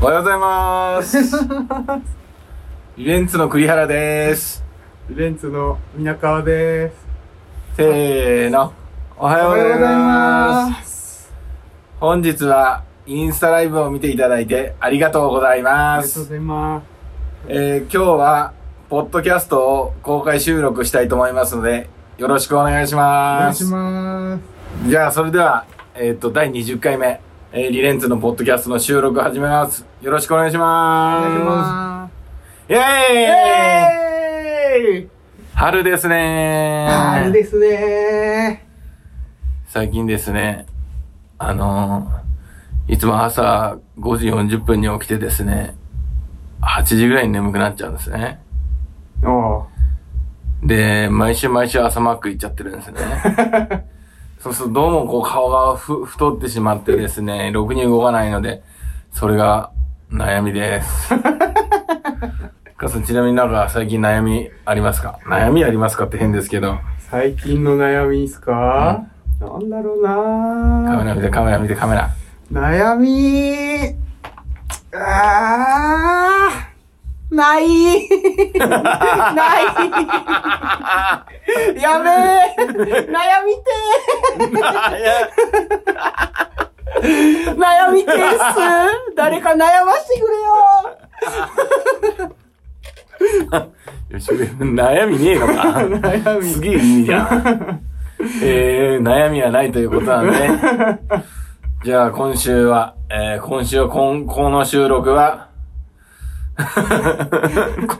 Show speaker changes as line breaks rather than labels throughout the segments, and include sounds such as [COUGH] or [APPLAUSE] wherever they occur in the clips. おはようございます。リレンツの栗原です。
レンツの皆川です。
せーの。おはようございます。
す。
本日はインスタライブを見ていただいてありがとうござい
あり
ま
がとうご
す。
ざいます。
えー今日は、ポッドキャストを公開収録したいと思いますので、よろしくお願いし
お願
ま
いし
す。
ます。
じゃあ、それでは、えーっと、第20回目、えーリレンツのポッドキャストの収録始めます。よろしくお願いし
お
ます。
願いしま
イェーイ
す。え
春ですね
ーあれですね
最近ですね、あのーいつも朝5時40分に起きてですね、8時ぐらいに眠くなっちゃうんですね。
ー。お
で、毎週毎週朝マック行っちゃってるんですね。
[LAUGHS]
そうするとどうもこう顔がふ太ってしまってですね、ろくに動かないので、それが悩みです。母さんちなみになんか最近悩みありますか悩みありますかって変ですけど。
最近の悩みですか、なんだろう
カメラ
な
見て、カメラ見て、カメラ。
悩みあーない [LAUGHS] ないやべえ悩みてー [LAUGHS] 悩みてーっす誰か悩ましてくれ
よし、悩みねえのか。
よ悩
すげえいいじ
[LAUGHS]
ゃん。えー、悩みはないということ [LAUGHS] なんで。じゃあ今週は、えー、今週は、こん、この収録は、 [LAUGHS] こ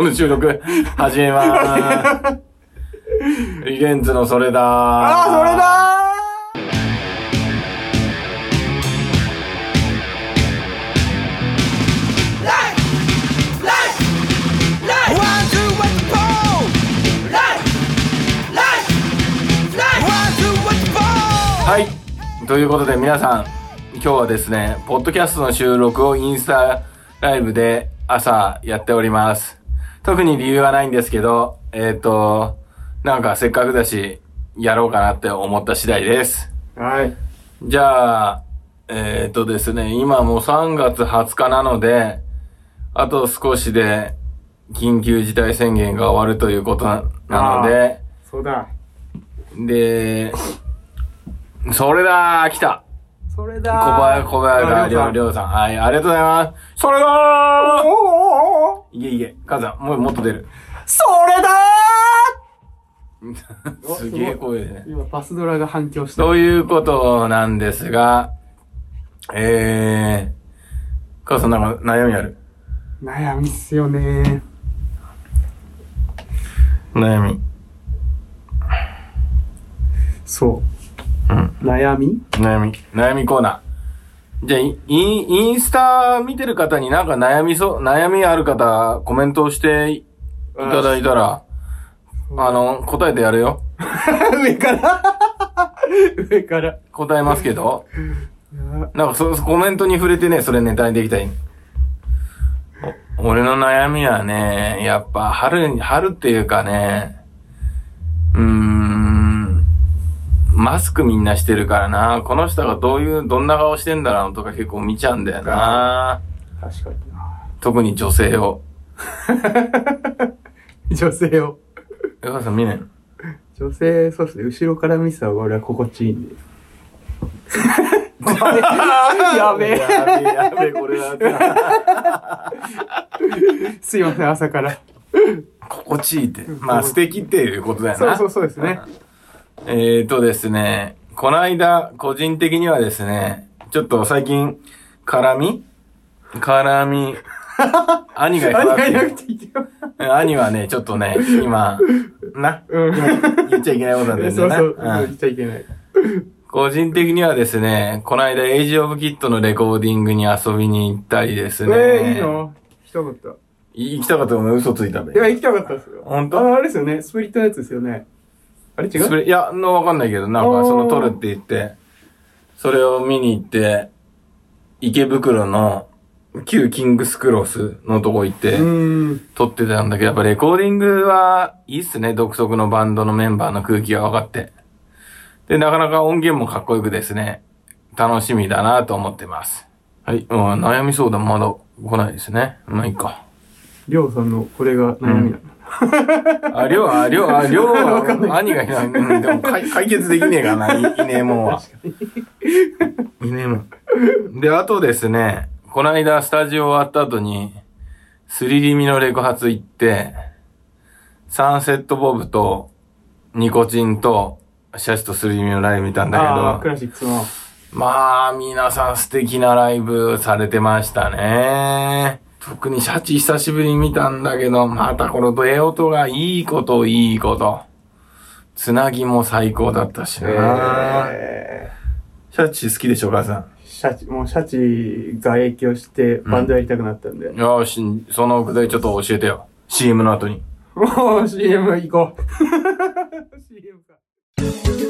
の収録、始めまーす。リレンズのそれだー。あ
あーそれだ
ーはい。ということで皆さん、今日はですね、ポッドキャストの収録をインスタライブで朝やっております。特に理由はないんですけど、えっ、と、なんかせっかくだし、やろうかなって思った次第です。
ーはい。
じゃあ、えっ、とですね、今もう3月20日なので、あと少しで緊急事態宣言が終わるということななので、
そうだ。
で、それだー、来た
それだ
小林、小林さん、りょうりょうさん。はい、ありがとうございます。それだ
お
ー
おおお
いけいけ、母さん、もうもっと出る。
それだお
すげえ声でね
ー。今、バスドラが反響した。
ということなんですが、えー、母さんなんか悩みある
悩みっすよね
悩み。
そう。悩み
悩み。悩みコーナー。じゃあ、イン、インスタ見てる方になんか悩みそう、悩みある方、コメントをしていただいたら、あの、答えてやるよ。
[LAUGHS] 上から [LAUGHS] 上から。
答えますけど。なんかそ、そコメントに触れてね、それネタにできたらいい。お俺の悩みはね、やっぱ春に、春っていうかね、うーん、マスクみんなしてるからな、この人がどういう、どんな顔してんだろうとか結構見ちゃうんだよな。
確かにな。
特に女性を。
[LAUGHS] 女性を。
江川さん見ないの
女性、そうっすね。後ろから見せた方が俺は心地いいんで。 [LAUGHS] [LAUGHS] やべえ
やべえ、やべえ、これだ。
すいません、朝から。
心地いいって。まあ素敵っていうことだよ
そう
な
そ。うそうですね。
えーとですね、この間、個人的にはですね、ちょっと最近、絡み絡
[LAUGHS]
み、兄が
何がいな
絡
くていいよ。
み、兄はね、ちょっとね、今、な、
うん。
言っちゃいけないことなんだよね。
[LAUGHS] そうそう。
な
言っちゃいけない。
個人的にはですね、この間、エイジオブキッドのレコーディングに遊びに行ったりです
え
ね。
ー、いいの行きたかっ
い行きたかったお前嘘ついたべ
た。い。や、行きたかったっすよ。
ほんと
ああれですよね。スプリットのやつですよね。あれ違
そうれいや、のわかんないけど、なん
あ
か
ー
その撮るって言って、それを見に行って、池袋の旧キングスクロスのとこ行って
う、ーん。
撮ってたんだけど、やっぱレコーディングはいいっすね、独特のバンドのメンバーの空気が分かって。で、なかなか音源もかっこよくですね、楽しみだなと思ってます。はい、うん、悩みそうだ、まだ来ないですね。まあいいか。
りょうさんのこれが悩みなの。
あ、りょう、あ、りょう、あ、りょう
[LAUGHS] わかんな
は、
い
兄がいない。うんでも解解決できねえからな、いいねえもんは。いねえもん。で、あとですね、この間スタジオ終わった後に、スリリミのレコ発行って、サンセットボブと、ニコチンと、シャチとスリリミのライブ見たんだけ
ああ、ク
ど、
ラシックスの。
まあ、皆さん素敵なライブされてましたね。特にシャチ久しぶりに見たんだけど、またこのドエ音がいいこと、いいこと。つなぎも最高だったしな。
え
シャチ好きでしょ、母さ
ーシャチ、もうシャチが影響してバンドやりたくなったんで
ん。。よし、そのくだりちょっと教えてよ。CM の後に。
もう CM
[LAUGHS]
行こう。CM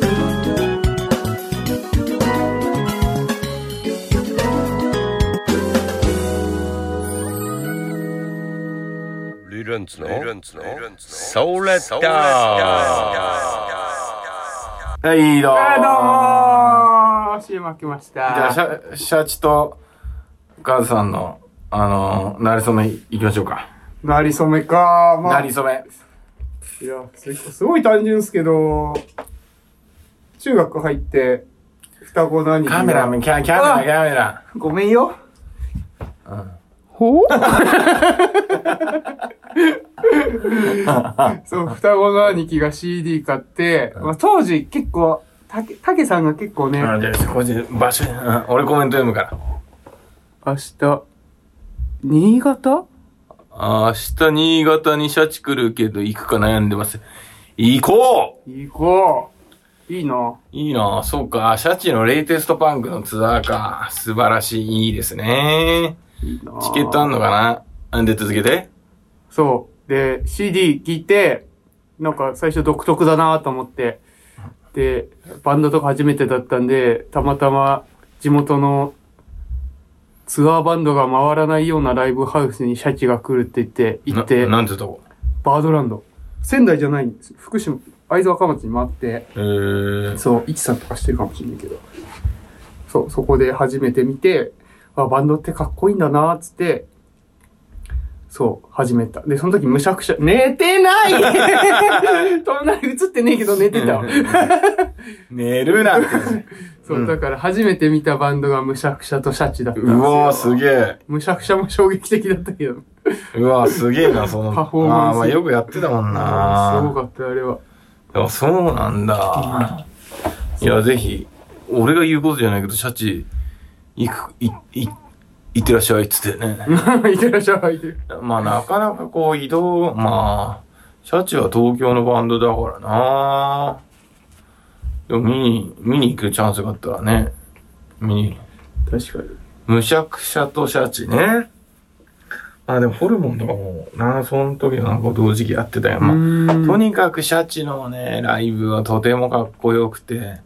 か。
リレンツのソーレッダ
はい、どうも
あどうもー !CM 開けました。
じゃあ、シャ、シャチと、母さんの、あのー、なりそめ行きましょうか。
なりそめかー。ま
な
あ、
りそめ。
いや、すすごい単純ですけど、中学入って、双子の兄貴が
カメラ、キャキャメラ、キャメラ。
ごめんよ。ほう [LAUGHS] そう、双子の兄貴が CD 買って、まあ、当時結構、たけ、たけさんが結構ね、
あじゃあ、こっち、場所、うん俺コメント読むから。
明日、新潟
明日新潟にシャチ来るけど行くか悩んでます。行こう
行こう。いいな。
いいなそうか。シャチのレイテストパンクのツアーか。素晴らしい。いいですね。
いいな。
チケットあんのかなあんで続けて。
そう。で、CD 聞いて、なんか最初独特だなと思って、で、バンドとか初めてだったんで、たまたま地元のツアーバンドが回らないようなライブハウスにシャチが来るって言って、行って、
ななんてとこ
バードランド。仙台じゃないんです。福島、会津若松に回って、
えー、
そう、イチさんとかしてるかもしれないけど。そう、そこで初めて見て、あ、バンドってかっこいいんだなーっつって、そう、始めた。で、その時むしゃくしゃ、寝てない [LAUGHS] 隣映ってねえけど寝てた [LAUGHS] わ。
寝るなって。
そう、
うん
だから初めて見たバンドがむしゃくしゃとシャチだったんです
う
よ。
わーすげえ。
むしゃくしゃも衝撃的だったけど。
うわーすげえな、その。
パフォーマンス
あーまあよくやってたもんな。
すごかった、あれは。 [LAUGHS]
いや、そうなんだ。いや、ぜひ、俺が言うことじゃないけど、シャチ、行く、い、い、行ってらっしゃいっつってね。
いてらっしゃい。いてらっし
まあ、なかなかこう、移動、まあ、シャチは東京のバンドだからな。でも、見に、見に行くチャンスがあったらね、見に、
ゃい確かに。
むしゃくしゃとシャチね。まあでも、ホルモンとかも、な、その時はなんか同時期やってたよ。まあ、と
ま
にかくシャチのね、ライブはとてもかっこよくて、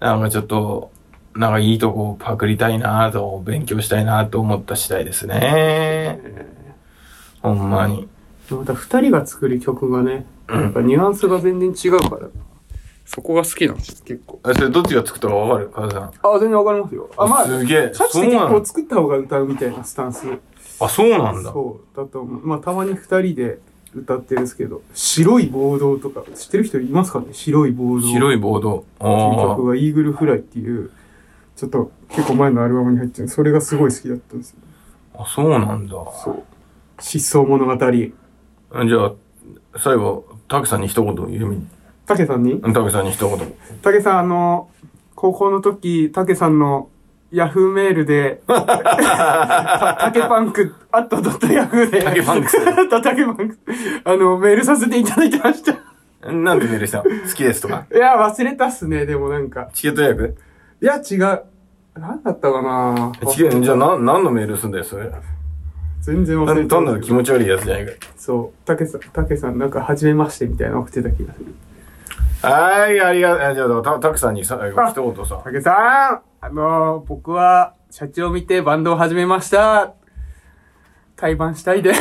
なんかちょっと、なんかいいとこパクりたいなと、勉強したいなと思った次第ですね。ほんまに。
また二人が作る曲がね、なんかニュアンスが全然違うからな。そこが好きなんです、結構。
あ、それどっちが作ったかわかる母さん。
あ、全然わかりますよ。あ、まあ、シ
すげえ。
ャチ
そ
って
う
結
なん
構作った方が歌うみたいなスタンス。
あ、そうなんだ。
そう、だと思う。まあ、たまに二人で歌ってるんですけど、白い暴動とか、知ってる人いますかね白い暴動。
白いボード。
っていう
あ
曲がイーグルフライっていう、ちょっと結構前のアルバムに入ってるそれがすごい好きだったんですよ。
あ、そうなんだ。
そう。失踪物語。た
じゃあ、最後、たけさんに一言言う
けさんに
み。たけさんに一言。
たけさん、あの、高校の時、たけさんのヤフーメー
[LAUGHS]
ルで、たけパンク、アットドットヤフーで、
たけパンクス
たけパンクスあの、メールさせていただいてました。い
なんでメールしたの好きですとか。
や、忘れたっすね、でもなんか。
チケット予約
いや、違う。なんだったかな
チケット、じゃあな何のメールすんだよ、それ。
全然忘
な
れ
ん
て
どんな気持ち悪いやつじゃないか。
そう、たけさん、たけさん、なんか、初めましてみたいなの送ってた気がする。
はーい、ありがとう。じゃあ、た、たくさんにさ、一言さ
た。けさん、あのー僕は、社長を見てバンドを始めました。対バンしたいです。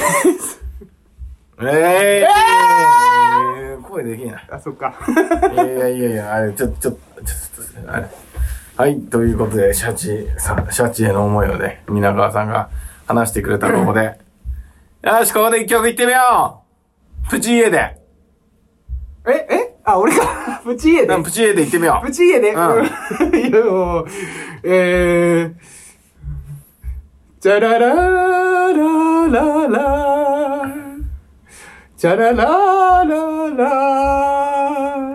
えー、えー、声できな
あ、そっか。
い。いやいやいやいや、あれ、ちょ、ちょ、ちょ、ちょ、あれ。はい、ということで、シャチ、さ、シャチへの思いをね、皆川さんが話してくれたここ [LAUGHS] で。よし、ここで一曲いってみようプチ家で。
[LAUGHS] え、えあ、俺か。 [LAUGHS] プチ家で
う。んプチ家で行ってみよ
プチ家で。
ん
うん。 [LAUGHS] いや、もう、えー、チャラララララチャララララ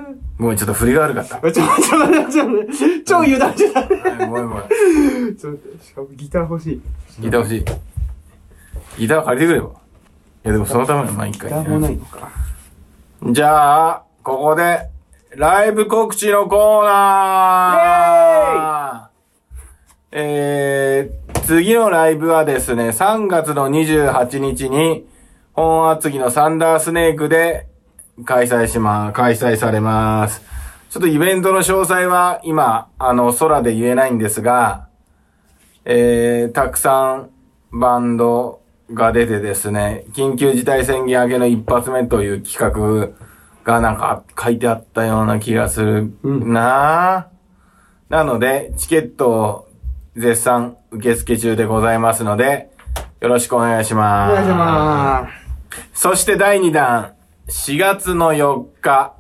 う。ごめん、ちょっと振りが悪かった。
ちょ、ち [LAUGHS] ょ、ちょ、ちょ、超油断してた。 [LAUGHS]
ご [LAUGHS] めんごめん。
ちょっと、しかもギター欲しい。
ギター欲しい。ギター借りてくれば。いや、でもそのための、まあ、一回、
ギターもないのか。
じゃあ、ここで、ライブ告知のコーナーえー、次のライブはですね、3月の28日に、本厚木のサンダースネークで開催しま、開催されます。ちょっとイベントの詳細は今、あの、空で言えないんですが、えー、たくさんバンドが出てですね、緊急事態宣言明けの一発目という企画がなんか書いてあったような気がするなあなので、チケットを絶賛受付中でございますので、よろしくお願いします。
お願いしま
そして第2弾、4月の4日、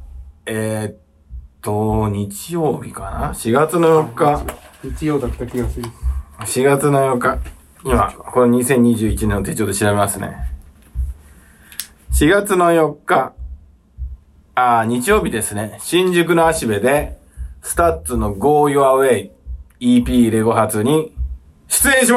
えー、っと、日曜日かな ?4 月の4日。
日曜だった気
[LAUGHS]
がする。
4月の8日。今、この2021年の手帳で調べますね。4月の4日、あー日曜日ですね。新宿の足部で、スタッツの Go Your Way EP レゴ発に出演し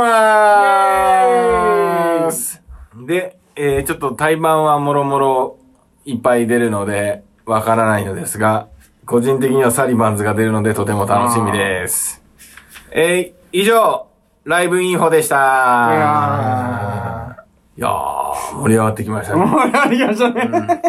まーすで、えー、ちょっと対バンはもろもろいっぱい出るので、わからないのですが、個人的にはサリバンズが出るのでとても楽しみです。えー以上、ライブインフォでした。いやー、盛り上がってきましたね。 [LAUGHS]
ありがとうね。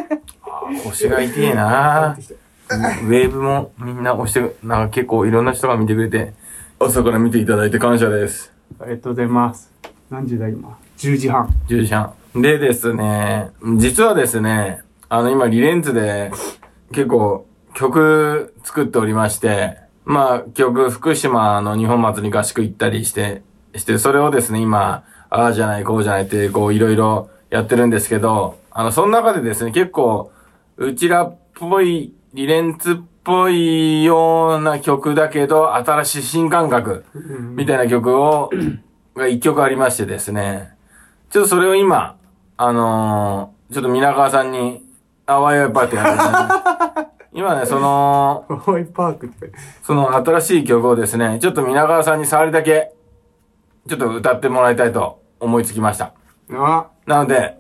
腰が痛えな [LAUGHS] ウェーブもみんな押して、なんか結構いろんな人が見てくれて、朝から見ていただいて感謝です。
ありがとうございます。何時だ今 ?10 時半。
ジューシャン。でですね、実はですね、あの今リレンズで結構曲作っておりまして、まあ曲福島の日本祭り合宿行ったりして、して、それをですね、今、ああじゃない、こうじゃないって、こういろいろやってるんですけど、あの、その中でですね、結構、うちらっぽい、リレンズっぽいような曲だけど、新しい新感覚、みたいな曲を、が一曲ありましてですね、ちょっとそれを今、あのー、ちょっと皆川さんに、あわよいパーティーやってね今ね、その、
ホワイパークって。
その新しい曲をですね、ちょっと皆川さんに触りだけ、ちょっと歌ってもらいたいと思いつきました。
あ、
なので、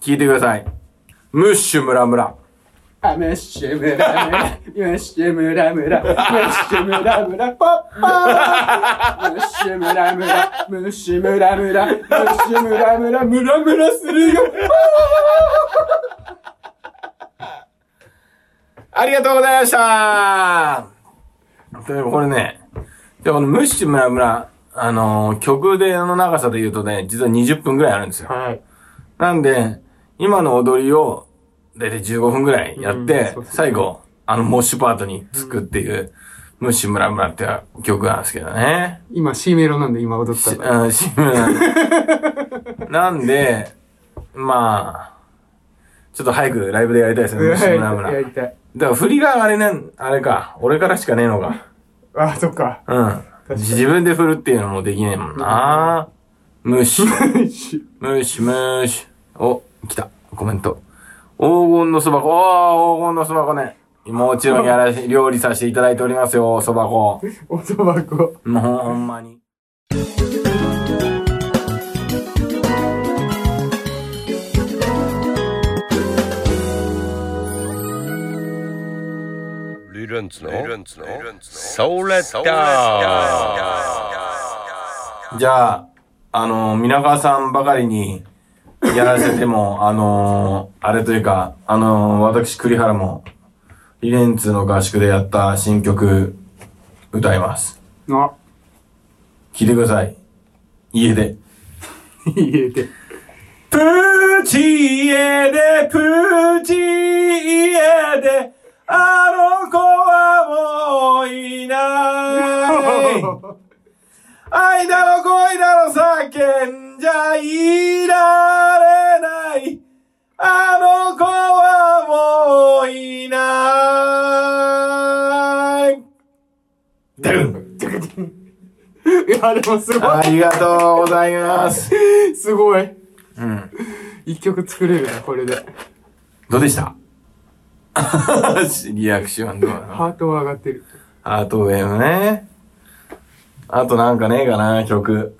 聴いてください。ムッシュムラムラ。
あメッシュムラムラ、メッシュムラムラ、メッシュムラムラ、ポッパーメッシュムラムラ、ムッシュムラムラ、ムッシュムラムラ、ムラムラするよ、
ありがとうございましたでもこれね、でもこのムッシュムラムラ、あのー曲での長さで言うとね、実は20分ぐらいあるんですよ。
はい。
なんで、今の踊りを、だいたい15分ぐらいやって、
うんそうそう
最後、あの、モッシュパートにつくっていう、ムッシュムラムラって曲なんですけどね。
今 C メロなんで今踊ったから。
うん、新聞。なんで、まあ、ちょっと早くライブでやりたいですね、ムッシュムラムラ。
や
だ
りたい。
から振りがあれなん、あれか、俺からしかねえのか。
あ、そ
[LAUGHS]
っか。
うん。
に
自分で振るっていうのもできねえもんな。ムッシュ。ムーシュムーシュ。お、来た。コメント。黄金のそば粉。ああ、黄金のそば粉ね。もちろんやらし、料理させていただいておりますよ、そば粉。も
おそば粉。
うほんまに。
リレンツのソーレッダ
じゃあ、あのー、皆川さんばかりにやらせても、あ [LAUGHS] のー、あれというか、あのー、私、栗原も、リレンツの合宿でやった新曲、歌います。
あ、
聴いてください。家で。
家で。
プチ家で、プチ家で、あの子はもういない。愛だろ恋だろ叫んじじゃいられない。あの子はもういない。ダウン
[LAUGHS] いや、でもすご
ありがとうございます。
い、すごい。
うん。
一曲作れるな、これで。
どうでした [LAUGHS] リアクションどうなの
ハートは上がってる。
あとウェブね。あとなんかねえかな、曲。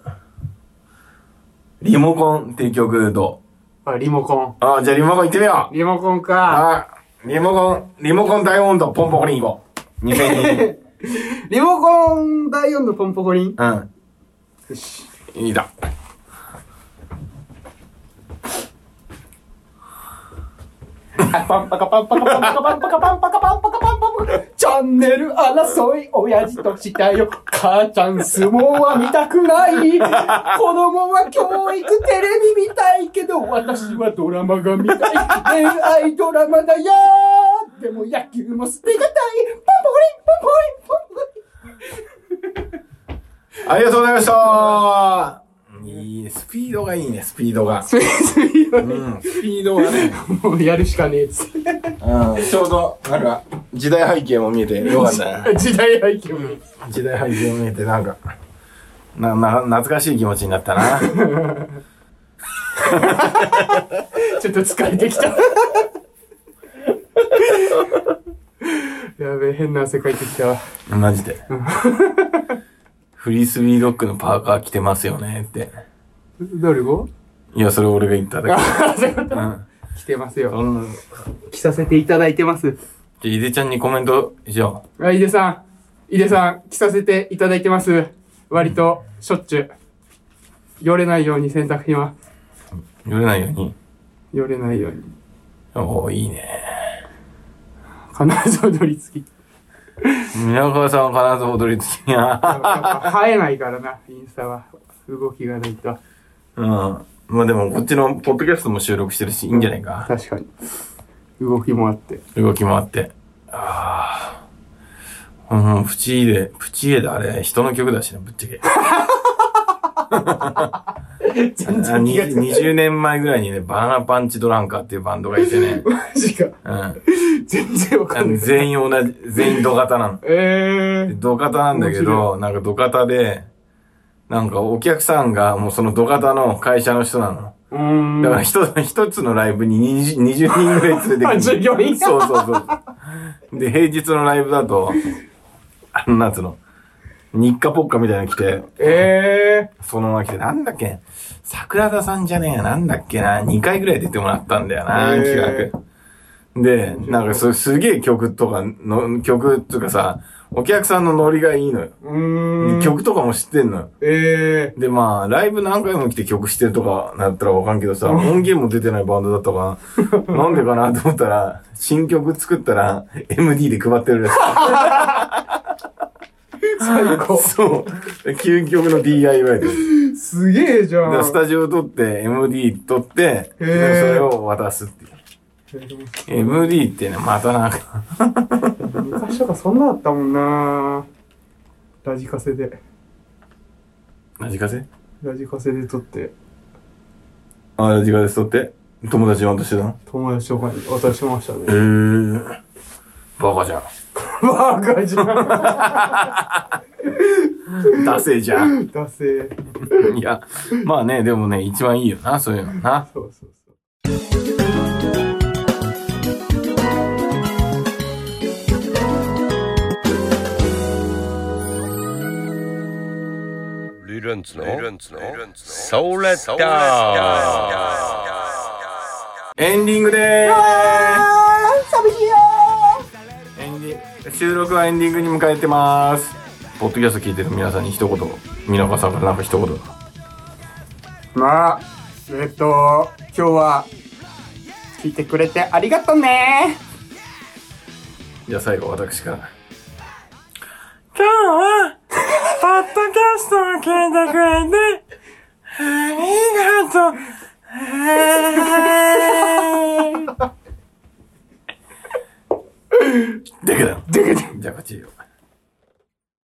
リモコンっていう曲ど
あ、リモコ
うあ、じゃあリモコン行ってみよう
ン。リモコンか。
あ、リモコン、リモコン大温度、ポンポコリン行こう。2002。
リモコン第4のポンポコリン。
うん。
よし。
いいだ。
パンパカパンパカパンパカパンパカパンパカパンパカパンパカチャンネル争い親父としたよ母ちゃん相撲は見たくない子供は教育テレビ見たいけど私はドラマが見たい恋愛ドラマだよでも野球も捨てがたいポンポコリンポンポコリンポンポコリン
ありがとうございましたいい、スピードがいいね、スピードが。
スイ
う
ー
ん、スピードがね。
トもうやるしかねえっつ [LAUGHS] って
うん、ちょうど、なんか、時代背景も見えてよかったね。
時代背景も
時代背景も見えて、なんか、な、な、懐かしい気持ちになったな。
ちょっと疲れてきた。やべえ、変な汗かいてきたわ。
マジで。 [LAUGHS] フリースビードッグのパーカー着てますよねって。
誰が
いや、それ俺が言った [LAUGHS] だけ。うん。
来てますよ。
そんな
着させていただいてます。
じゃあ、井出ちゃんにコメントしよ
あ、井出さん。井出さん、着させていただいてます。割と、しょっちゅう。よれないように洗濯品は。
う。揺れないように。
よれないように。
おー、いいね。
必ず踊り付き。
宮川さんは必ず踊りつき
やっ
や。
ぱ生えないからな、インスタは。動きがないと。
[LAUGHS] うん。まあでも、こっちのポッドキャストも収録してるし、いいんじゃないか。
確かに。動きもあって。
動き回って。ああ。うん、プチ家で、プチ家であれ、人の曲だしね、ぶっ [LAUGHS] ちゃけ。
全
あに20年前ぐらいにね、バナナパンチドランカーっていうバンドがいて [LAUGHS] ね。
マジか。
うん。
全然わかんない。
全員同じ、全員土方なの。
ええ
土方なんだけど、なんか土方で、なんかお客さんがもうその土方の会社の人なの。
ー。うーん。。
だから一つ一つのライブに 20, 20人ぐらい連れてくる
[LAUGHS] 従業員
そうそうそう。で、平日のライブだと、あの、なんつうの、日課ポッカみたいなの来て、
ええ
そのまま来て、なんだっけ、桜田さんじゃねえや、なんだっけな、2回ぐらい出てもらったんだよな、
へ
企
え
画。で、なんかそすげえ曲とかの、曲っていうかさ、お客さんのノリがいいのよ。
うーん。
曲とかも知ってんのよ。
ええ
で、まあ、ライブ何回も来て曲してるとかなったらわかんけどさ、音源も出てないバンドだったから、
[LAUGHS]
なんでかなと思ったら、新曲作ったら、MD で配ってるらしい。
[LAUGHS] 最高。
そう。究極の DIY で。
すげえじ
だ
ゃ
から
ん。
スタジオ撮って、MD 撮って、そ
へ
れ
ー
を渡すっていう。MD ってね、またなんか、
昔とかそんなだったもんなラジカセで。
ラジカセ
ラジカセで撮って、
あ、ラジカセ撮って、友達に渡してたの
友達とかに渡しました
え
ね。
ー。バカじゃ
バカじゃん。
ん。ダセえじゃん。
ダセー。
いや、まあね、でもね、一番いいよな、そういうのな。
そうそうそう。
リレンツのソーレッダ
エンディングでーすエンディング収録はエンディングに迎えてますポッドキャスト聞いてる皆さんに一言皆川さんからなんか一言
まあ、えっと、今日は、聞いてくれてありがとうね
じゃあ最後私から今日はポッドキャストを聞いてくれてありがとうだけどじゃあこっちよ